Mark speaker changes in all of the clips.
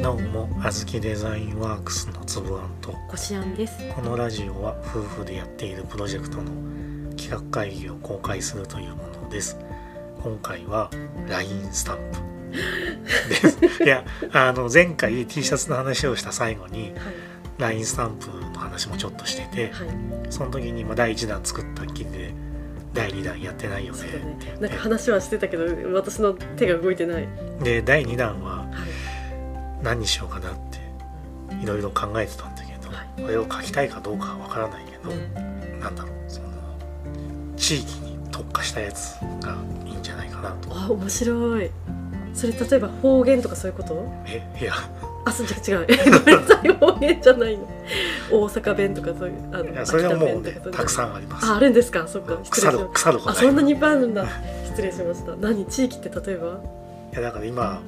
Speaker 1: なおもあずきデザインワークスのつぶあんと
Speaker 2: こしあんです
Speaker 1: このラジオは夫婦でやっているプロジェクトの企画会議を公開するというものです今回は LINE スタンプ ですいやあの前回 T シャツの話をした最後に
Speaker 2: はい
Speaker 1: LINE スタンプの話もちょっとしてて
Speaker 2: はい
Speaker 1: その時にまあ第1弾作ったっきりで第2弾やってないよ
Speaker 2: そ
Speaker 1: ね
Speaker 2: うだねなんか話はしてたけど私の手が動いてない
Speaker 1: で第2弾は
Speaker 2: はい
Speaker 1: 何にしようかなっていろいろ考えてたんだけど、
Speaker 2: はい
Speaker 1: これを書きたいかどうかはわからないけど、
Speaker 2: うん
Speaker 1: なんだろうその地域に特化したやつがいいんじゃないかなと
Speaker 2: あ面白いそれ例えば方言とかそういうこと
Speaker 1: えいや
Speaker 2: あそう違う 違うごめんなさい方言じゃないの大阪弁とかそういうあ
Speaker 1: い
Speaker 2: の
Speaker 1: やそれはもう
Speaker 2: 秋田弁
Speaker 1: ね
Speaker 2: とかそういうの
Speaker 1: たくさんあります
Speaker 2: ああるんですかそっか
Speaker 1: 腐
Speaker 2: 失礼し
Speaker 1: る
Speaker 2: まし
Speaker 1: 腐る
Speaker 2: た
Speaker 1: ほ
Speaker 2: あ
Speaker 1: ど
Speaker 2: そんな
Speaker 1: ない
Speaker 2: にいっぱいあるんだ失礼しました何地域って例えば
Speaker 1: やだから今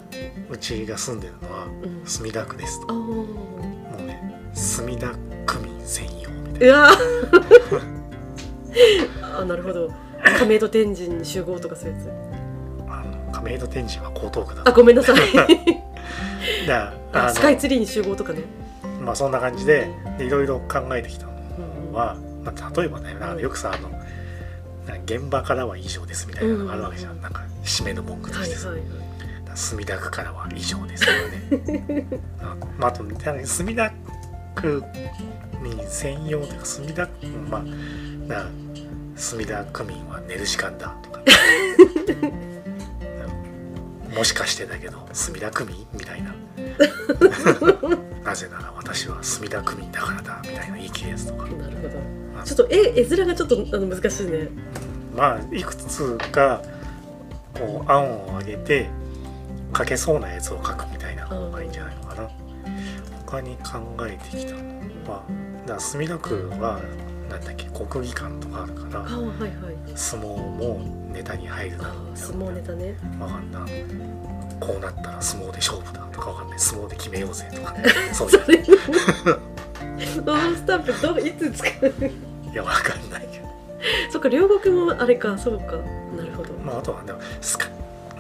Speaker 1: うちが住んでるのは
Speaker 2: うん
Speaker 1: 墨田区ですと
Speaker 2: あ
Speaker 1: も
Speaker 2: ー
Speaker 1: うね墨田区民専用みた
Speaker 2: う
Speaker 1: いな
Speaker 2: わ ーあなるほど亀戸天神に集合とかそういうやつ
Speaker 1: あの亀戸天神は江東区だだ
Speaker 2: あ
Speaker 1: か
Speaker 2: ごめんなさい
Speaker 1: らあ
Speaker 2: あ
Speaker 1: の
Speaker 2: スカイツリーに集合とかね
Speaker 1: まあそんな感じででいろいろ考えてきたのは、まあ、例えばねなんかよくさあのなんか現場からは以上ですみたいなのがあるわけじゃん、
Speaker 2: うん
Speaker 1: なんか締めの文句と
Speaker 2: はい
Speaker 1: してさ、
Speaker 2: はい
Speaker 1: だから墨田区からは以上ですとかねあまああとなんか墨田区民専用というか墨田区まあなんか墨田区民は寝る時間だとか、もしかしてだけど墨田区民みたいななぜなら私は墨田区民だからだみたいな言い切りですとか
Speaker 2: なるほど
Speaker 1: あ
Speaker 2: ちょっと絵絵面がちょっとあの難しいね
Speaker 1: まあいくつかこう案を上げて書けそうなやつを書くみたいな方がいいんじゃないのかな他に考えてきたのはだから墨田区はなんだっけ国技館とかあるか
Speaker 2: あ
Speaker 1: ら
Speaker 2: ーはいはい
Speaker 1: 相撲もネタに入るだ
Speaker 2: あ
Speaker 1: ろうね
Speaker 2: ー相撲ネタね
Speaker 1: わかんないこうなったら相撲で勝負だとかわかんない相撲で決めようぜ とかそう
Speaker 2: そ
Speaker 1: いう
Speaker 2: れロールスタンプどういつ使 う
Speaker 1: いやわかんないけど
Speaker 2: そっか両国もあれかそうかなるほど
Speaker 1: まあ、あとはねスカ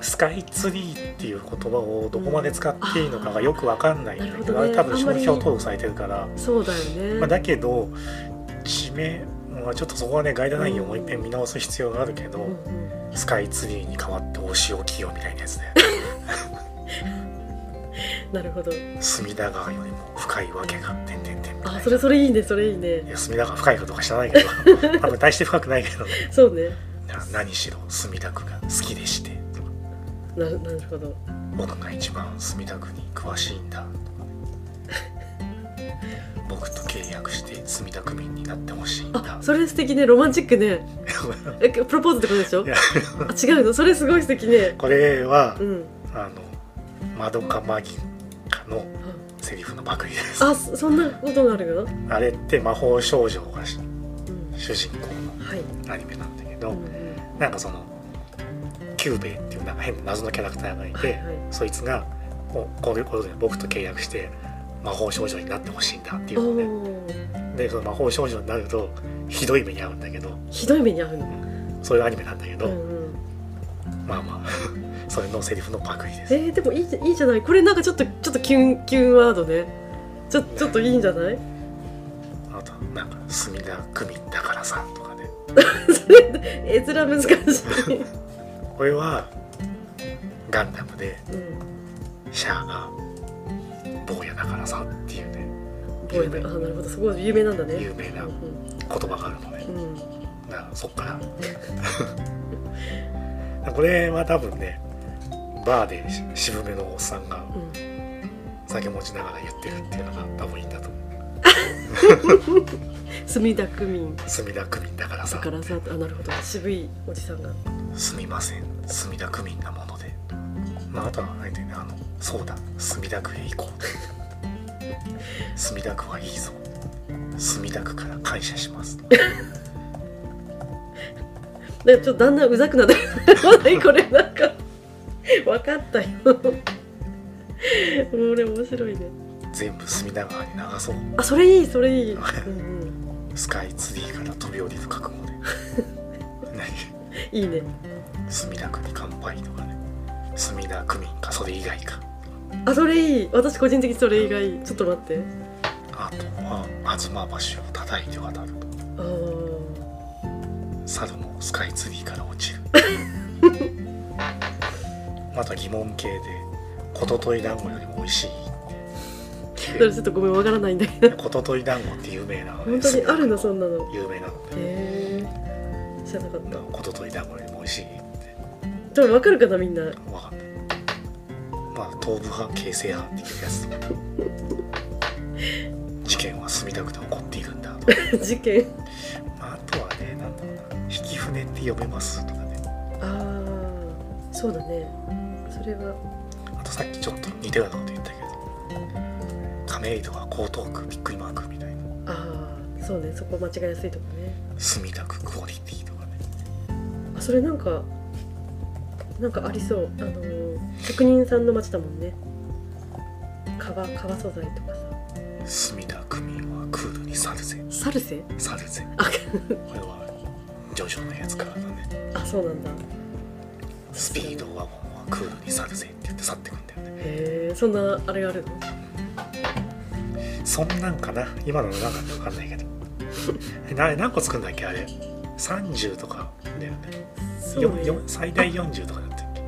Speaker 1: スカイツリーっていう言葉をどこまで使っていいのかがよくわかんないんだけど,、
Speaker 2: うんあー
Speaker 1: あれ多分
Speaker 2: なるほ
Speaker 1: 商
Speaker 2: どね
Speaker 1: 標登録されてるから、
Speaker 2: そうだよね、
Speaker 1: まあ、だけど地名、まあ、ちょっとそこはねガイドラインをもう一遍見直す必要があるけど、
Speaker 2: うんうん
Speaker 1: スカイツリーに代わってお仕置きよみたいなやつで
Speaker 2: なるほど
Speaker 1: 隅田川よりも深いわけがてんてんてんみたい
Speaker 2: あ
Speaker 1: な
Speaker 2: それそれいいねそれいいね
Speaker 1: いや隅田川深いかどうか知らないけ ど多分大して深くないけどね
Speaker 2: そうね
Speaker 1: な何しろ墨田区が好きでして
Speaker 2: なるなるほど
Speaker 1: 僕が一番墨田区に詳しいんだ僕と契約して墨田区民になってほしいんだ
Speaker 2: あそれ素敵ねロマンチック ねえプロポーズってことでしょ
Speaker 1: いや
Speaker 2: あ違うのそれすごい素敵 ね
Speaker 1: これは、
Speaker 2: うん
Speaker 1: あのマドカマギカのセリフのパクリですあ
Speaker 2: あそそんなことがあるよ、うん、
Speaker 1: れって魔法少女がし主人公
Speaker 2: はい、
Speaker 1: のアニメなんだけ
Speaker 2: う
Speaker 1: ど、
Speaker 2: んうん
Speaker 1: なんかそのキューベイっていうなんか変な謎のキャラクターがいて、
Speaker 2: はいはい
Speaker 1: そいつがこうこういうことで僕と契約して魔法少女になってほしいんだっていうので、
Speaker 2: おー
Speaker 1: でその魔法少女になるとひどい目に遭うんだけど
Speaker 2: ひどい目に遭うの
Speaker 1: そういうアニメなんだけど、
Speaker 2: うんうん
Speaker 1: まあまあ それのセリフのパクリです、
Speaker 2: えー、でもいいじゃいいじゃないこれなんかちょっとちょっとキュンキュンワードねちょちょっといいんじゃない
Speaker 1: あとなんか「墨田区民だからさ」とかね
Speaker 2: それ絵面難しい、
Speaker 1: これはガンダムで
Speaker 2: うん、
Speaker 1: シャアが「坊やだからさ」っていうね
Speaker 2: こういうのあなるほどそこ有名なんだね
Speaker 1: 有名な
Speaker 2: う
Speaker 1: 言
Speaker 2: ん
Speaker 1: 葉があるので、
Speaker 2: うんうん
Speaker 1: だからそっから これは多分ねバーで渋めのおっさんが
Speaker 2: うん
Speaker 1: 酒持ちながら言ってるっていうのが多分いいんだと思う
Speaker 2: 墨田区民
Speaker 1: 墨田区民だからさ
Speaker 2: だからさあなるほど渋いおじさんが
Speaker 1: すみません墨田区民なものでまああとはあれだよねあのそうだ墨田区へ行こう墨田区はいいぞ墨田区から感謝します
Speaker 2: なんかちょっとだんだんうざくなってこれなんか分かったよ これ面白いね
Speaker 1: 全部墨田川に流そう
Speaker 2: あそれいいそれ いい、うんうん、
Speaker 1: スカイツリーから飛び降りる覚悟で何
Speaker 2: いいね
Speaker 1: 墨田区に乾杯とかね墨田区民かそれ以外か
Speaker 2: あそれいい私個人的にそれ以外ちょっと待って
Speaker 1: あとは東橋を叩いて渡ると
Speaker 2: あー
Speaker 1: 猿もスカイツリーから落 ちるまた疑問形で「こととい団子よりも美味 しい」
Speaker 2: それちょっとごめんわからない んだけど
Speaker 1: でこととい団子って有名なので
Speaker 2: 本当にあるのそん
Speaker 1: な
Speaker 2: なの
Speaker 1: 有名なので
Speaker 2: へえ知らなかっ
Speaker 1: 「
Speaker 2: た
Speaker 1: こととい団子よりも美味しい」って
Speaker 2: でもわかるかなみ んな
Speaker 1: 分かんないまあ東部派形成派っていうやつとか事件は住みたくて起こっているんだとか、
Speaker 2: 事件
Speaker 1: まあ、あとはねなんだろうな「引き船って読めます」とかね
Speaker 2: ああそうだねそれは
Speaker 1: あとさっきちょっと似たようなこと言ったけど亀戸が江東区びっくりマークみたいな
Speaker 2: ああそうねそこ間違いやすいとこね
Speaker 1: 墨田区クオリティとかね
Speaker 2: あそれなんかなんかありそうあのー職人さんの町だもんね革革素材とか
Speaker 1: 墨田区民はクールに去るぜ
Speaker 2: さサルセ
Speaker 1: 去るぜ
Speaker 2: あ
Speaker 1: これはジョジョのやつからだね
Speaker 2: あそうなんだ
Speaker 1: スピードワゴンはクールに去るぜって言って去ってくんだよね
Speaker 2: へえそんなあれがあるの
Speaker 1: そんなんかな今のなんか分かんないけど えな何個作るんだっけあれ30とかだよね
Speaker 2: そう
Speaker 1: よ
Speaker 2: ね
Speaker 1: よ最大40とかだったっけ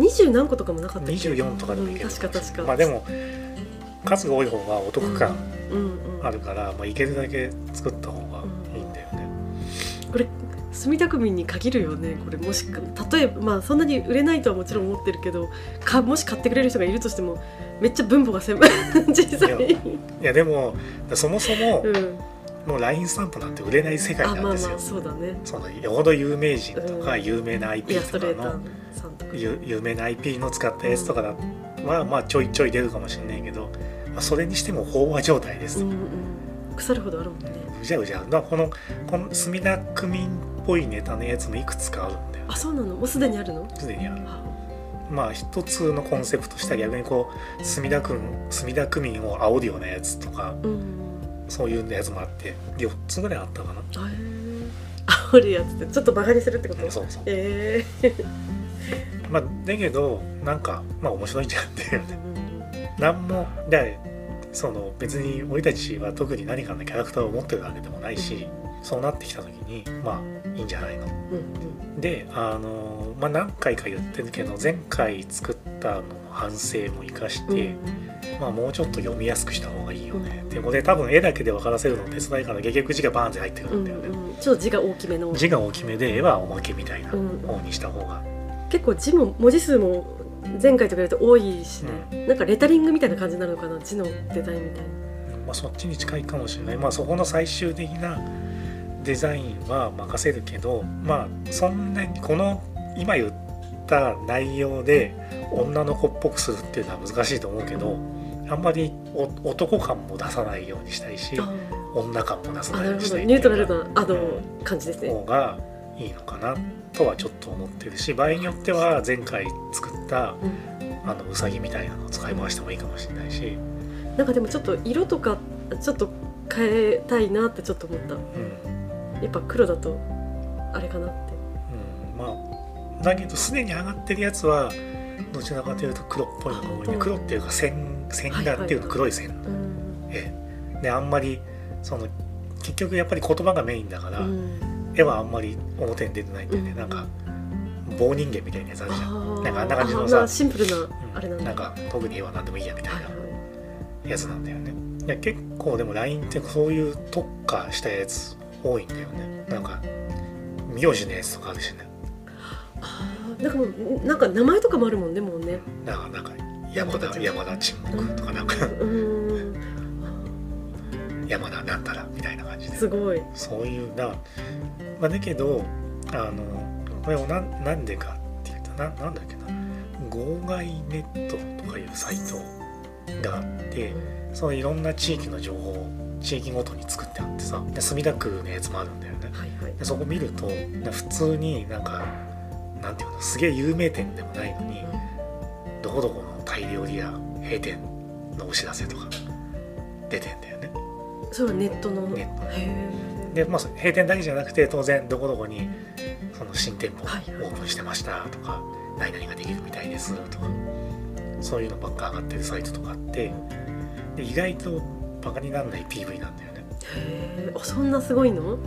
Speaker 2: 20何個とかもなかったっけ
Speaker 1: 24とかでもいいけど、
Speaker 2: うん確か確か
Speaker 1: まあでも数が多い方がお得感
Speaker 2: うんうん
Speaker 1: あるから、まあ、いけるだけ作った方がいいんだよね、
Speaker 2: これ墨田区民に限るよねこれもし例えばまあそんなに売れないとはもちろん思ってるけどかもし買ってくれる人がいるとしてもめっちゃ分母が狭い 小さい
Speaker 1: いやでもそもそも、
Speaker 2: うん
Speaker 1: もう LINE スタンプなんて売れない世界
Speaker 2: あ
Speaker 1: な
Speaker 2: まあ
Speaker 1: ん
Speaker 2: まあ
Speaker 1: ですよ、
Speaker 2: そうだね
Speaker 1: そのよほど有名人とか
Speaker 2: うん
Speaker 1: 有名な
Speaker 2: イ
Speaker 1: IP
Speaker 2: ラス
Speaker 1: と
Speaker 2: ト
Speaker 1: か
Speaker 2: レータ
Speaker 1: の、
Speaker 2: ーさんとか
Speaker 1: ゆ有名な IP の使ったやつとかだはまあちょいちょい出るかもしれないけど、まあ、それにしても飽和状態です
Speaker 2: う
Speaker 1: と、
Speaker 2: んうん腐るほどあるもんね
Speaker 1: うじゃうじゃまあこのこの墨田区民っぽいネタのやつもいくつかあるんだよ
Speaker 2: あそうなのもうすでにあるの
Speaker 1: すでにある
Speaker 2: あ
Speaker 1: まあ一つのコンセプトとしては逆にこう墨田区墨田区民を煽るようなやつとか
Speaker 2: うんうん
Speaker 1: そういうやつもあって4つぐらいあったかな、
Speaker 2: あへえ煽るやつってちょっとバカにするってこと
Speaker 1: そうそう
Speaker 2: え
Speaker 1: まあだけどなんかまあ面白いんじゃんってい
Speaker 2: え
Speaker 1: うね何もでその別に俺たちは特に何かのキャラクターを持ってるわけでもないしそうなってきた時にまあいいんじゃないの
Speaker 2: うんうん
Speaker 1: であのまあ何回か言ってるけど前回作ったのの反省も生かし
Speaker 2: うんう
Speaker 1: て、
Speaker 2: ん
Speaker 1: まあ、もうちょっと読みやすくした方がいいよね。でもね多分絵だけで分からせるの手伝いから結局字がバーンって入ってくるんだよね。
Speaker 2: うんうんちょっと字が大きめの
Speaker 1: 字が大きめで絵はおまけみたいな
Speaker 2: うん
Speaker 1: 方にした方が、
Speaker 2: 結構字も文字数も前回と比べて多いしね、なんかレタリングみたいな感じになるのかな字のデザインみたい
Speaker 1: まあ、そっちに近いかもしれない、まあ、そこの最終的なデザインは任せるけどまあそんなにこの今言った内容で女の子っぽくするっていうのは難しいと思うけどあんまりお男感も出さないようにしたいし
Speaker 2: な
Speaker 1: 女感も出さな
Speaker 2: あ
Speaker 1: い
Speaker 2: な
Speaker 1: ように
Speaker 2: るほ
Speaker 1: し
Speaker 2: ど
Speaker 1: たい
Speaker 2: ニュートラ
Speaker 1: ってい
Speaker 2: ル
Speaker 1: うか
Speaker 2: なあの感じですね
Speaker 1: 方がいいのかなとはちょっと思ってるし場合によっては前回作った
Speaker 2: う
Speaker 1: あのウサギみたいなのを使い回してもいいかもしれないし、
Speaker 2: んなんかでもちょっと色とかちょっと変えたいなってちょっと思った
Speaker 1: うんうん
Speaker 2: やっぱ黒だとあれかなって
Speaker 1: まあだけどすでに上がってるやつはどちらかというと黒っぽいのが多いね
Speaker 2: うん
Speaker 1: 黒っていうか線線画っていうか黒い線、
Speaker 2: うん
Speaker 1: ええであんまりその結局やっぱり言葉がメインだから、
Speaker 2: うん
Speaker 1: 絵はあんまり表に出てないんだよね、
Speaker 2: うん
Speaker 1: なんか棒人間みたいなやつあるじゃん、
Speaker 2: あー
Speaker 1: なんかあんな感じの
Speaker 2: あ
Speaker 1: さ
Speaker 2: まあシンプルなあれなん
Speaker 1: うんな
Speaker 2: だ
Speaker 1: んか特に絵は何でもいいやみたい
Speaker 2: はい
Speaker 1: な
Speaker 2: はい、
Speaker 1: やつなんだよねいや結構でも LINE ってそういう特化したやつ多いんだよねなんか名字のやつとかあるしね
Speaker 2: あーなんかもうなんか名前とかもあるもんねもうね
Speaker 1: なんかなんか山田山田沈黙とかなんか
Speaker 2: うん
Speaker 1: 山田なんたらみたいな感じです
Speaker 2: ごい
Speaker 1: そういうな、まあ、だけどあのこれをななんでかって言ったらななんだっけな号外ネットとかいうサイトがあってそのいろんな地域の情報を地域ごとに作ってあってさで墨田区のやつもあるんだよね
Speaker 2: はいはい
Speaker 1: でそこ見るとな普通になんかなんていうのすげえ有名店でもないのにどこどこのタイ料理屋閉店のお知らせとか出てんだよね。
Speaker 2: それはネットの
Speaker 1: ネット
Speaker 2: へえ
Speaker 1: で、まあ、そ閉店だけじゃなくて当然どこどこにその新店舗オ
Speaker 2: はいはい
Speaker 1: ープンしてましたとか、何々ができるみたいですとかそういうのばっか上がってるサイトとかあってで意外とバカにならない PV なんだよね、
Speaker 2: へえあそんなすごいの
Speaker 1: うん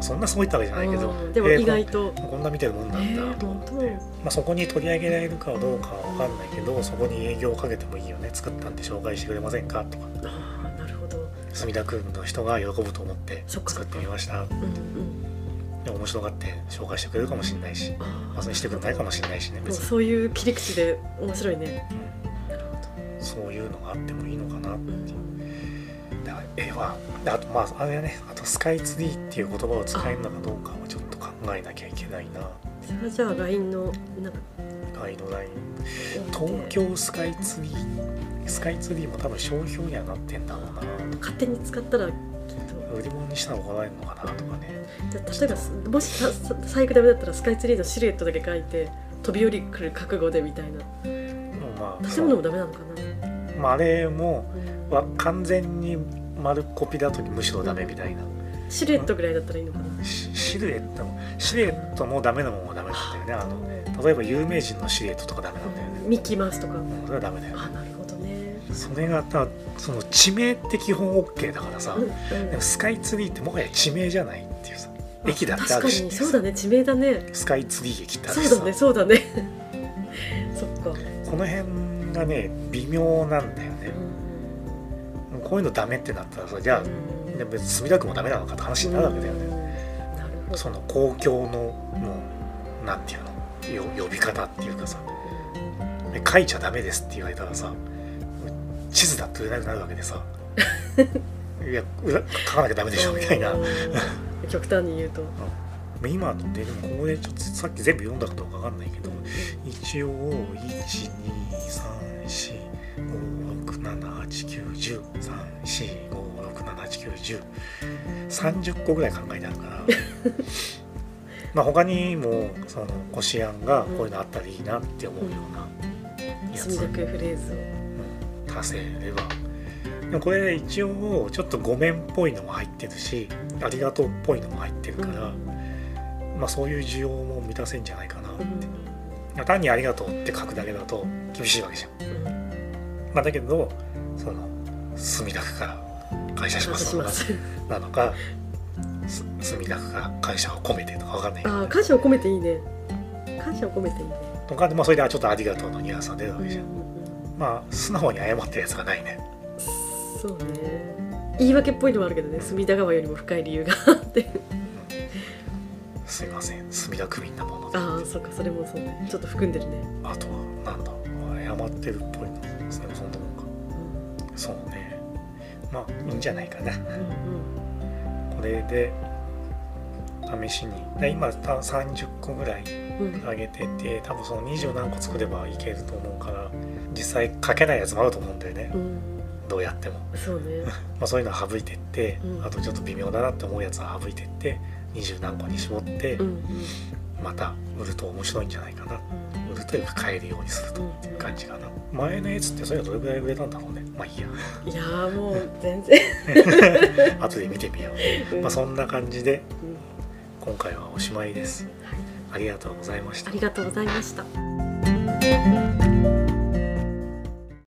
Speaker 1: そんなすごいってわけじゃないけど
Speaker 2: あーでも
Speaker 1: えー
Speaker 2: 意外と、
Speaker 1: こんな見てるもんなん
Speaker 2: へ
Speaker 1: だ
Speaker 2: え
Speaker 1: と思って、
Speaker 2: 本
Speaker 1: まあ、そこに取り上げられるかどうかは分かんないけどそこに営業をかけてもいいよね作ったんで紹介してくれませんかとか
Speaker 2: ああなるほど
Speaker 1: 墨田区の人が喜ぶと思って
Speaker 2: そっかそ
Speaker 1: 作
Speaker 2: っ
Speaker 1: っ
Speaker 2: か
Speaker 1: てみました
Speaker 2: うんうん
Speaker 1: で面白がって紹介してくれるかもしれないし、
Speaker 2: あ
Speaker 1: まあ、それしてくれないかもしれないしね
Speaker 2: でも
Speaker 1: 別に、
Speaker 2: そういう切り口で面白いねなるほ
Speaker 1: うんそういうのがあってもいいのかな
Speaker 2: ど、うん、
Speaker 1: だから絵はであとまああれだねあとスカイツリーっていう言葉を使えるのかどうかはちょっと考えなきゃいけないな
Speaker 2: それはじゃあ LINE のなんか
Speaker 1: ガイドライン東京スカイツリースカイツリーも多分商標にはなってんだろうな
Speaker 2: 勝手に使ったらきっ
Speaker 1: 売り物にしたら怒られるのかなとかね
Speaker 2: とじゃあ例えばすもしささ最悪ダメだったらスカイツリーのシルエットだけ描いて飛び降りくる覚悟でみたいな
Speaker 1: もうまあ
Speaker 2: 建物もダメなのかな
Speaker 1: まああれも
Speaker 2: うん
Speaker 1: わ完全に丸コピだとむしろダメみたいな
Speaker 2: シルエットぐらいだったらいいのかな
Speaker 1: シシルエットもシルエットもダメなもんはダメなんだよねあの例えば有名人のシルエットとかダメなんだよね
Speaker 2: ミッキーマウスとか
Speaker 1: うんそれはダメだよ
Speaker 2: あなるほどね
Speaker 1: それがたその地名って基本 OK だからさ、
Speaker 2: うんうん
Speaker 1: でもスカイツリーってもはや地名じゃないっていうさ駅だってあ
Speaker 2: 確
Speaker 1: る
Speaker 2: か
Speaker 1: しっ
Speaker 2: に
Speaker 1: ていう
Speaker 2: そう
Speaker 1: さ
Speaker 2: だね地名だね
Speaker 1: スカイツリー駅ってあるしさ
Speaker 2: そうだねそうだね そっか、
Speaker 1: この辺がね微妙なんだよね
Speaker 2: うん
Speaker 1: もうこういうのダメってなったらさじゃあでも別に墨田区もダメなのかって話になるわけだよね、
Speaker 2: ねなるほど
Speaker 1: その公共のもうなんていうのよ呼び方っていうかさえ書いちゃダメですって言われたらさ地図だって売れなくなるわけでさいや裏書かなきゃダメでしょみたいな
Speaker 2: うん極端に言うと
Speaker 1: 今のででもここでちょっとさっき全部読んだかどうかわかんないけど一応12345678910345678910330個ぐらい考えてあるから まあ他にもそのこしあんがこういうのあったらいいなって思うようなや
Speaker 2: 墨
Speaker 1: つ
Speaker 2: 田区フレーズを
Speaker 1: 足せればでもこれ一応ちょっとごめんっぽいのも入ってるしありがとうっぽいのも入ってるから、まあそういう需要も満たせんじゃないかな、単に「ありがとう」って書くだけだと厳しいわけじゃん、まあ、だけどその墨田区から会社し
Speaker 2: 感
Speaker 1: ま
Speaker 2: 謝
Speaker 1: す
Speaker 2: し
Speaker 1: とか
Speaker 2: ます
Speaker 1: なのかす墨田区から会社を込めてとかわかんないけ
Speaker 2: あ
Speaker 1: ど
Speaker 2: ー感謝を込めていいね感謝を込めていいね
Speaker 1: とかで、まあ、それではちょっと「ありがとう」のニュアンスが出るわけじゃん、
Speaker 2: うん
Speaker 1: まあ素直に謝ってるやつがないね
Speaker 2: そうね言い訳っぽいのもあるけどね隅田川よりも深い理由があって
Speaker 1: すいません墨田区民なもので
Speaker 2: ああそうかそれもそうねちょっと含んでるね、
Speaker 1: あとはなんだ謝ってるっぽいのそれもそんなもんか
Speaker 2: うん
Speaker 1: そうねまあいいんじゃないかな
Speaker 2: うん
Speaker 1: これで試しにで今た30個ぐらい
Speaker 2: うんうん
Speaker 1: 上げてて多分その20何個作ればいけると思うから実際書けないやつもあると思うんだよね
Speaker 2: うん
Speaker 1: どうやっても、
Speaker 2: そうね
Speaker 1: まあ、そういうのは省いてって、
Speaker 2: うん
Speaker 1: あとちょっと微妙だなって思うやつは省いてって20何個に絞って、
Speaker 2: うんうん
Speaker 1: また売ると面白いんじゃないかな売るというか買えるようにするという感じかな前のやつってそれがどれぐらい売れたんだろうねまあいいや
Speaker 2: いやーもう全 然、
Speaker 1: 後で見てみよ
Speaker 2: う
Speaker 1: う、
Speaker 2: ん
Speaker 1: まあ、そんな感じで
Speaker 2: うん
Speaker 1: 今回はおしまいです
Speaker 2: はい
Speaker 1: ありがとうございました
Speaker 2: ありがとうございました